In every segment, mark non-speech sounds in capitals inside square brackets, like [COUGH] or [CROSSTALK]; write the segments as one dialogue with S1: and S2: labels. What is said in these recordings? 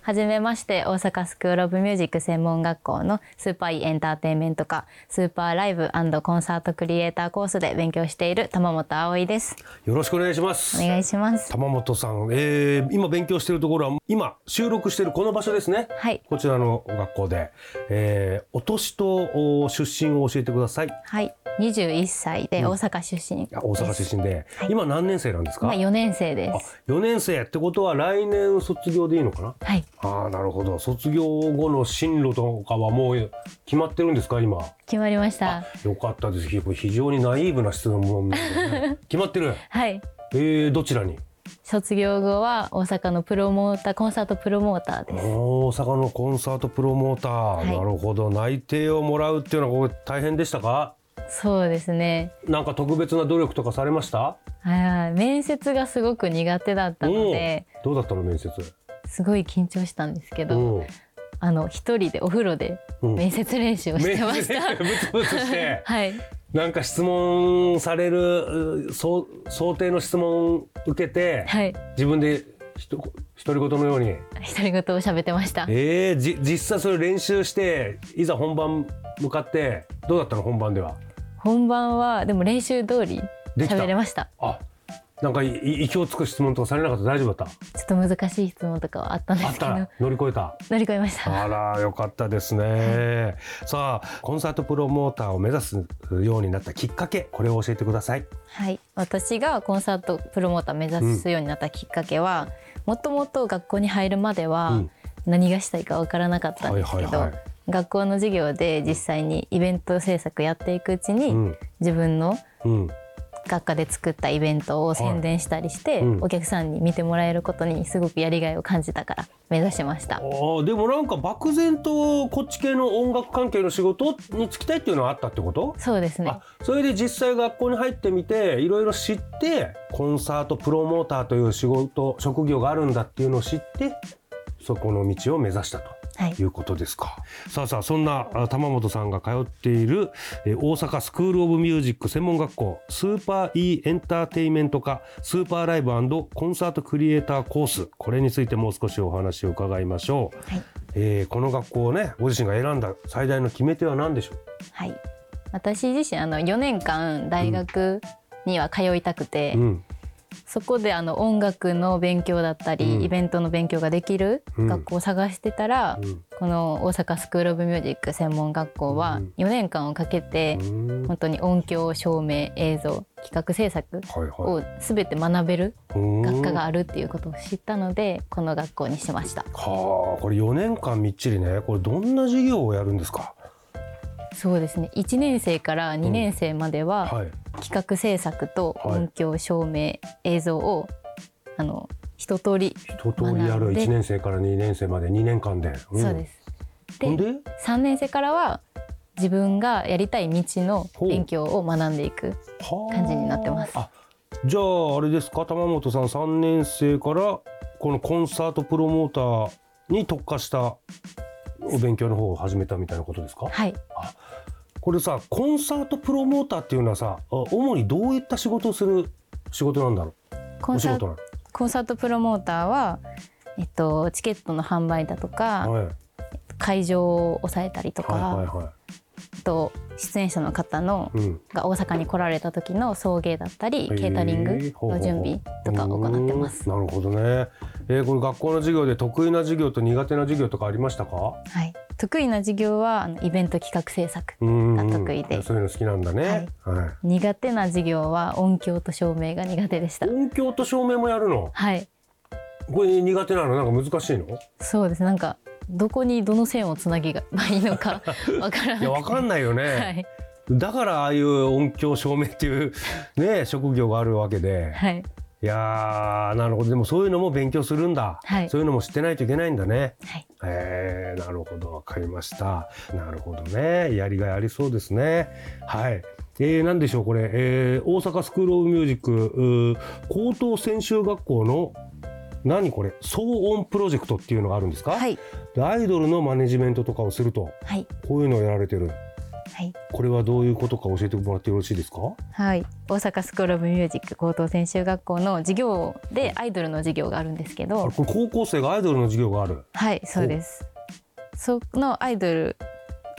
S1: はじめまして大阪スクール・オブ・ミュージック専門学校のスーパーイエンターテインメント科スーパーライブコンサートクリエイターコースで勉強している玉本葵です
S2: よろしくお願いします
S1: お願いします
S2: 玉本さん、えー、今勉強しているところは今収録しているこの場所ですね
S1: はい
S2: こちらの学校で、えー、お年とお出身を教えてくださいあ
S1: はい21歳で大阪出身、
S2: 大阪出身で、今何年生なんですか、
S1: まあ4年生で
S2: あ
S1: す
S2: 4年生ってことは来年卒業でいいのかな
S1: はい
S2: ああなるほど卒業後の進路とかはもう決まってるんですか今
S1: 決まりました
S2: よかったですひ非常にナイーブな質問ですね
S1: [LAUGHS]
S2: 決まってる
S1: はい
S2: えー、どちらに
S1: 卒業後は大阪のプロモーターコンサートプロモーターです
S2: 大阪のコンサートプロモーター、
S1: い
S2: なるほど内定をもらうっていうのはこれ大変でしたか
S1: そうですね
S2: なんか特別な努力とかされました
S1: はい面接がすごく苦手だったので
S2: うんどうだったの面接
S1: すごい緊張したんですけど、あの一人でお風呂で
S2: うん
S1: 面接練習をしてました。
S2: [LAUGHS] 面接でブツブツして
S1: [LAUGHS] はい、
S2: なんか質問されるう想想定の質問受けて、
S1: はい、
S2: 自分でひと独り言のように
S1: 独り言を喋ってました。
S2: えー、じ実際それ練習していざ本番向かってどうだったの本番では
S1: 本番はでも練習通り
S2: できた
S1: 喋れました。
S2: あなんかいい息をつく質問とかされなかった大丈夫だっ
S1: ちょっと難しい質問とかはあったんで
S2: たあっ
S1: すけ
S2: た
S1: ど、
S2: ら乗り越えた
S1: 乗り越えました。
S2: あら、よかったですね。さあ、コンサートプロモーターを目指すようになったきっかけ、これを教えてください。
S1: はい、私がコンサートプロモーター目指すようになったきっかけは、もともと学校に入るまで
S2: う
S1: は
S2: ん
S1: 何がしたいかわからなかったんですけど、
S2: はいはいはい
S1: 学校の授業で実際にイベント制作やっていくうちに、
S2: うん、
S1: 自分の
S2: うん、
S1: 学科で作ったイベントを宣伝したりして、
S2: はいうん
S1: お客さんに見てもらえることにすごくやりがいを感じたから目指しました
S2: あーでもなんか漠然とこっち系の音楽関係の仕事に就きたいっていうのはあったってこと。
S1: そうですね
S2: あ、それで実際学校に入ってみて、いろいろ知って、コンサートプロモーターという仕事、職業があるんだっていうのを知って。そこの道を目指したと。
S1: はい
S2: いうことですか。さあさあ、そんなあ玉本さんが通っている、えー大阪スクールオブミュージック専門学校スーパー E エンターテイメント科スーパーライブコンサートクリエイターコース、これについてもう少しお話を伺いましょう。
S1: はい
S2: えーこの学校をね、ご自身が選んだ最大の決め手は何でしょう。
S1: はい私自身あの4年間大学には通いたくて、
S2: うん、
S1: そこであの音楽の勉強だったり、
S2: うん
S1: イベントの勉強ができる
S2: うん
S1: 学校を探してたら、
S2: うん
S1: この大阪スクール・オブ・ミュージック専門学校
S2: う
S1: は
S2: ん
S1: 4年間をかけて、
S2: うん
S1: 本当に音響照明映像企画制作
S2: はいは
S1: を全て学べる
S2: い。うん
S1: 学科があるっていうことを知ったのでこの学校にしました
S2: はあ、これ4年間みっちりね、これどんな授業をやるんですか。
S1: そうですね1年生から2年生までは
S2: はい。
S1: 企画制作と
S2: はい
S1: 音響照明映像をあの一通り
S2: 一通りや
S1: 学
S2: る
S1: んで
S2: 1年生から2年生まで2年間で。ん
S1: そうです
S2: ほん
S1: で
S2: で
S1: 3年生からは自分がやりたい道の勉強を学んでいく感じになってます
S2: はああじゃああれですか玉本さん3年生からこのコンサートプロモーターに特化したお勉強の方を始めたみたいなことですか
S1: はい
S2: これさコンサートプロモーターっていうのはさあ主にどういった仕事をする仕事なんだろう
S1: コ
S2: お
S1: ン
S2: 仕
S1: サー
S2: 事
S1: ト
S2: な
S1: コンサートプロモーターはえっと、チケットの販売だとか、
S2: のはい
S1: 会場を抑えたりとか、
S2: はいはいはい
S1: と出演者の方の
S2: うん
S1: が大阪に来られた時の送迎だった
S2: へ
S1: り
S2: ー
S1: ケータリングの準備とか行ってます。
S2: うーんなるほどね。えー、この学校の授業で得意な授業と苦手な授業とかありましたか？
S1: はい、得意な授業はあのイベント企画制作
S2: うん
S1: が得意で
S2: そういうの好きなんだね。は
S1: 苦手な授業は音響と照明が苦手でした
S2: い。。音響と照明もやるの。
S1: はい、
S2: これ苦手なのなんか難しいの？
S1: そうですなんかどこにどの線をつなげばいい
S2: [LAUGHS]
S1: のかわからない
S2: いやわかんないよね。
S1: はい、
S2: だからああいう音響照明っていうね職業があるわけで。
S1: はい、
S2: いやーなるほどでもそういうのも勉強するんだ、
S1: はい
S2: そういうのも知ってないといけないんだね
S1: はい、
S2: えー、なるほどわかりましたなるほどねやりがいありそうですねはいえー、何でしょうこれ、えー、大阪スクール・オブ・ミュージックうー高等専修学校の何これ騒音プロジェクトっていうのがあるんですか、
S1: はい、
S2: でアイドルのマネジメントとかをすると
S1: はい、
S2: こういうのをやられてる
S1: はい。
S2: これはどういうことか教えてもらってよろしいですか
S1: はい、大阪スクール・オブ・ミュージック高等専修学校の授業でアイドルの授業があるんですけ
S2: あ
S1: ど
S2: れこれ高校生がアイドルの授業がある
S1: はいそうですそのアイドル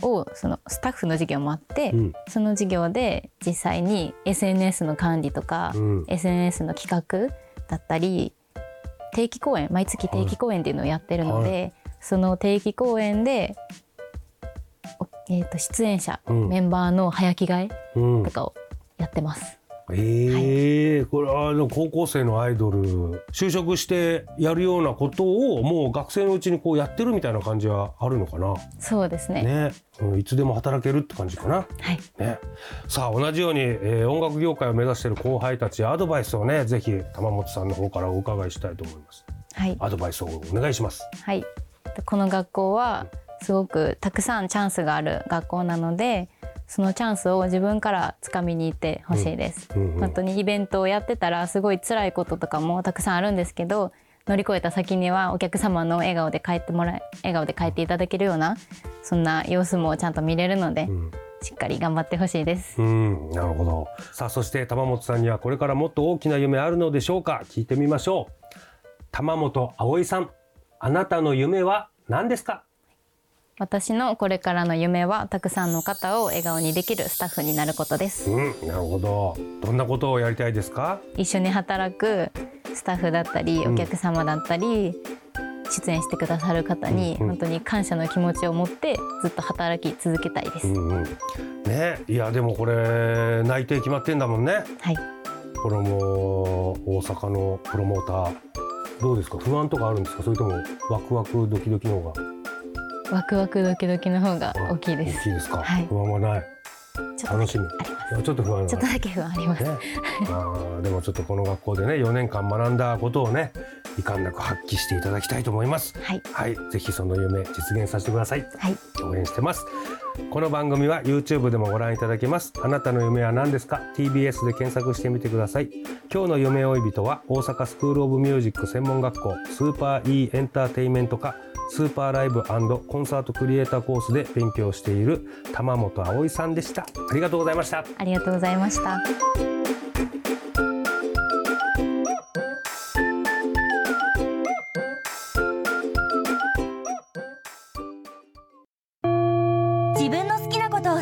S1: をそのスタッフの授業もあって、
S2: うん
S1: その授業で実際に SNS の管理とか、
S2: うん
S1: SNS の企画だったり定期公演毎月定期公演っていうのをやってるので、
S2: は
S1: その定期公演で、おえー、と出演者、
S2: うん
S1: メンバーの早着替え
S2: うん
S1: とかをやってます。
S2: ええこれはあの高校生のアイドル就職してやるようなことをもう学生のうちにこうやってるみたいな感じはあるのかな
S1: そうですね
S2: ね、うんいつでも働けるって感じかな、
S1: はい
S2: ね、さあ同じように、えー音楽業界を目指している後輩たちアドバイスをねぜひ玉本さんの方からお伺いしたいと思います
S1: はい、
S2: アドバイスをお願いします
S1: はい、この学校はすごくたくさんチャンスがある学校なのでそのチャンスを自分から掴みに行ってほしいです、
S2: うんうんうん
S1: 本当にイベントをやってたらすごい辛いこととかもたくさんあるんですけど乗り越えた先にはお客様の笑顔で帰ってもらえ笑顔で帰っていただけるようなそんな様子もちゃんと見れるので、
S2: うん
S1: しっかり頑張ってほしいです
S2: うん、なるほど。さあ、そして玉本さんにはこれからもっと大きな夢あるのでしょうか聞いてみましょう。玉本葵さん、あなたの夢は何ですか
S1: 私のこれからの夢はたくさんの方を笑顔にできるスタッフになることです
S2: うん、なるほど。どんなことをやりたいですか
S1: 一緒に働くスタッフだったり
S2: うん
S1: お客様だったり、出演してくださる方に
S2: うんうん
S1: 本当に感謝の気持ちを持ってずっと働き続けたいです、
S2: うんうん。ね、いや、でもこれ、内定決まってんだもんね。
S1: はい
S2: これもう、大阪のプロモーター。どうですか不安とかあるんですかそれともワクワクドキドキの方が
S1: ワクワクドキドキの方が大きいで
S2: 大
S1: す
S2: きいですか、
S1: はい
S2: 不安はない
S1: ちょっと
S2: 楽しみ
S1: ありま
S2: いやちょっと不安
S1: すち
S2: が
S1: ょっ
S2: ある
S1: とだけ不安あります、
S2: ね、あーでもちょっとこの学校でね4年間学んだことをね遺憾なく発揮していただきたいと思います
S1: はい
S2: はいぜひその夢実現させてください
S1: はい
S2: 応援してますこの番組は YouTube でもご覧いただけますあなたの夢は何ですか TBS で検索してみてください今日の夢追い人は大阪スクールオブミュージック専門学校スーパー E エンターテイメント科スーパーライブコンサートクリエイターコースで勉強している玉本葵さんでしたありがとうございました
S1: ありがとうございました
S3: 自分の好きなことを